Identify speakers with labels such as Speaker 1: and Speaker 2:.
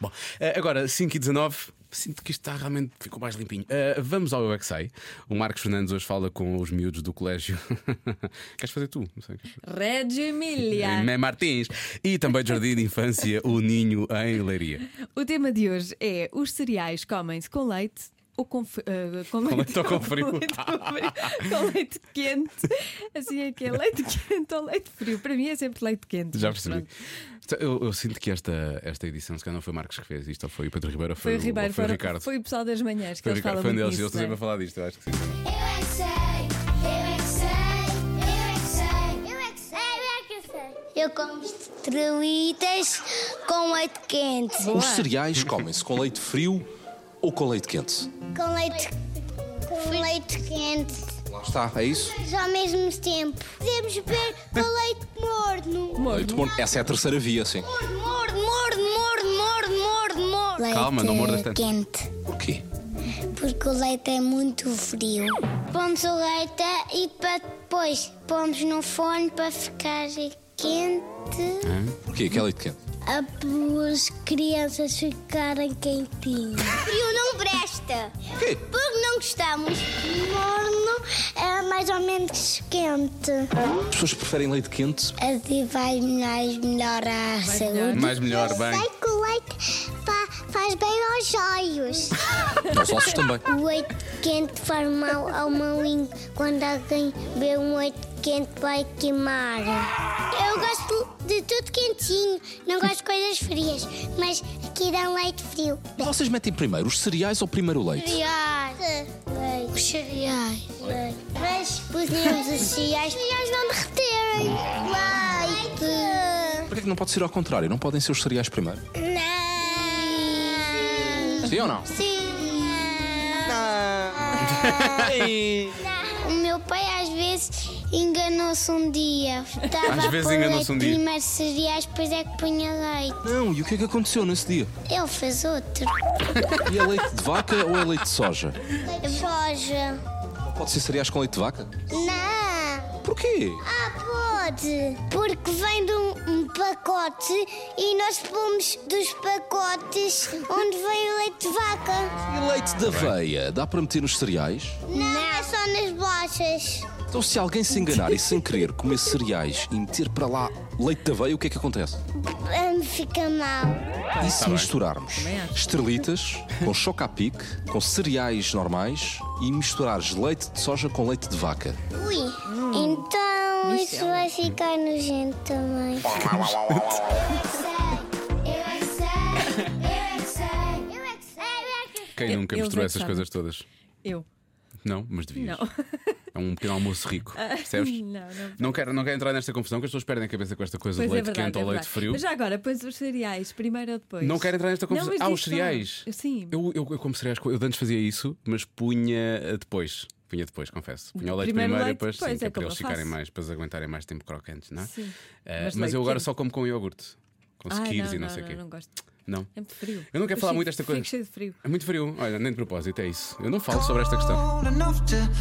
Speaker 1: Bom, eh, agora 5 e 19 Sinto que isto está realmente ficou mais limpinho. Eh, vamos ao Eu é Que Sei. O Marcos Fernandes hoje fala com os miúdos do colégio. Queres fazer tu? Não sei. queres-
Speaker 2: Reggio Emilia.
Speaker 1: Mé Martins. E também do Jardim de Infância, o Ninho em Leiria.
Speaker 2: O tema de hoje é: os cereais comem-se com leite ou com, fe- eh, com
Speaker 1: leite ou com frio?
Speaker 2: Com leite, com frio, com leite quente. Assim é que é leite quente ou leite frio. Para mim é sempre leite quente.
Speaker 1: Já
Speaker 2: mas
Speaker 1: percebi. Então, Eu, eu sinto que esta, esta edição, se calhar não foi o Marcos que fez isto, ou foi o Pedro Ribeiro, ou
Speaker 2: Foi
Speaker 1: foi,
Speaker 2: o Ribeiro,
Speaker 1: ou foi o
Speaker 2: foi,
Speaker 1: Ricardo.
Speaker 2: foi o pessoal das manhãs que
Speaker 1: Foi o
Speaker 2: eles
Speaker 1: Ricardo,
Speaker 2: falam
Speaker 1: foi um
Speaker 2: muito
Speaker 1: deles,
Speaker 2: nisso,
Speaker 1: eles estão sempre a
Speaker 2: não
Speaker 1: falar disto, eu acho que sim.
Speaker 3: Eu é que sei, eu é que sei, eu é que sei, eu é que sei, eu é que sei. Eu como estrelitas com leite quente.
Speaker 4: Os cereais comem-se com leite frio ou com leite quente?
Speaker 3: Com leite. Com leite quente.
Speaker 4: Lá está, é isso?
Speaker 3: Mas ao mesmo tempo. Podemos beber com leite morno.
Speaker 2: é?
Speaker 4: Leite bom. Essa é a terceira via, sim.
Speaker 3: Morno, morno, morno, morno, morno, morno, morno. Leite
Speaker 1: Calma, não mordas tanto.
Speaker 3: quente.
Speaker 4: Porquê?
Speaker 3: Porque o leite é muito frio. Pomos o leite e pa- depois pomos no forno para ficar quente.
Speaker 4: Porquê? Que é leite quente?
Speaker 3: as crianças ficarem quentinhas. Frio não presta.
Speaker 4: quê?
Speaker 3: Porque não gostamos. Morno é mais ou menos quente.
Speaker 4: As pessoas preferem leite quente.
Speaker 3: Assim vai mais melhor a saúde.
Speaker 1: Mais melhor, bem.
Speaker 3: Sei que o leite fa- faz bem aos olhos.
Speaker 4: Aos ossos também.
Speaker 3: O leite quente faz mal ao meu língua. Quando alguém vê um leite quente, vai queimar. Eu gosto de tudo quentinho. Não gosto de coisas frias. Mas aqui dá um leite frio.
Speaker 4: Vocês metem primeiro os cereais ou primeiro o leite?
Speaker 3: Cereais. Leite. Os cereais. Mas podemos os cereais. Os cereais não derreterem. Leite.
Speaker 4: Porquê que não pode ser ao contrário? Não podem ser os cereais primeiro?
Speaker 3: Não.
Speaker 4: Sim ou não?
Speaker 3: Sim. O meu pai às vezes enganou-se um dia. Estava
Speaker 1: Às
Speaker 3: a
Speaker 1: vezes
Speaker 3: pôr
Speaker 1: enganou-se um
Speaker 3: leite
Speaker 1: dia.
Speaker 3: Primeiro cereais, depois é que punha leite.
Speaker 4: Não, e o que é que aconteceu nesse dia?
Speaker 3: Ele fez outro.
Speaker 4: E é leite de vaca ou é leite de soja?
Speaker 3: Soja.
Speaker 4: Não pode ser cereais com leite de vaca?
Speaker 3: Não.
Speaker 4: Porquê?
Speaker 3: Ah, pode. Porque vem de um, um pacote e nós pomos dos pacotes onde vem o leite de vaca.
Speaker 4: E leite de aveia? Dá para meter nos cereais?
Speaker 3: Não, é só nas bolachas.
Speaker 4: Então, se alguém se enganar e sem querer comer cereais e meter para lá leite de aveia, o que é que acontece?
Speaker 3: Ah, Fica mal.
Speaker 4: E se misturarmos estrelitas com chocapic, com cereais normais e misturares leite de soja com leite de vaca?
Speaker 3: Ui. Então isso vai ficar nojento também. é
Speaker 1: Quem
Speaker 3: é
Speaker 2: Eu-
Speaker 1: nunca
Speaker 2: eles
Speaker 1: misturou
Speaker 2: é que
Speaker 1: essas
Speaker 2: sabem.
Speaker 1: coisas todas?
Speaker 2: Eu.
Speaker 1: Não, mas devias.
Speaker 2: Não. Ah.
Speaker 1: É um pequeno almoço rico, percebes?
Speaker 2: Não, não.
Speaker 1: Não quero, não quero entrar nesta confusão que as pessoas perdem a cabeça com esta coisa
Speaker 2: Pois
Speaker 1: do
Speaker 2: é
Speaker 1: leite
Speaker 2: verdade,
Speaker 1: quente
Speaker 2: é
Speaker 1: ou leite
Speaker 2: verdade.
Speaker 1: frio.
Speaker 2: Mas já agora, pões os cereais, primeiro ou depois?
Speaker 1: Não quero entrar nesta
Speaker 2: Não,
Speaker 1: confusão.
Speaker 2: mas
Speaker 1: Ah, os
Speaker 2: diz só.
Speaker 1: cereais.
Speaker 2: Sim.
Speaker 1: Eu, eu, eu como cereais, co- eu antes fazia isso, mas punha eh, depois. Punha depois, confesso. Punha o leite
Speaker 2: Primeiro
Speaker 1: primeiro,
Speaker 2: leite,
Speaker 1: e depois,
Speaker 2: depois,
Speaker 1: sim, que
Speaker 2: é
Speaker 1: é para
Speaker 2: como
Speaker 1: eles
Speaker 2: eu faço.
Speaker 1: ficarem mais, para eles aguentarem mais tempo crocantes, não é?
Speaker 2: Sim.
Speaker 1: Eh,
Speaker 2: Mas
Speaker 1: mas
Speaker 2: leite
Speaker 1: eu agora
Speaker 2: quente.
Speaker 1: só como com iogurte, com
Speaker 2: Ai,
Speaker 1: skiers
Speaker 2: Ah, não,
Speaker 1: e não,
Speaker 2: não,
Speaker 1: sei o
Speaker 2: não,
Speaker 1: quê.
Speaker 2: Não gosto.
Speaker 1: Não.
Speaker 2: É muito frio.
Speaker 1: Eu não quero
Speaker 2: Eu
Speaker 1: falar
Speaker 2: fico-
Speaker 1: muito desta coisa.
Speaker 2: Fico cheio de frio.
Speaker 1: É muito frio. Olha, nem de propósito, é isso. Eu não falo sobre esta questão.
Speaker 5: old enough to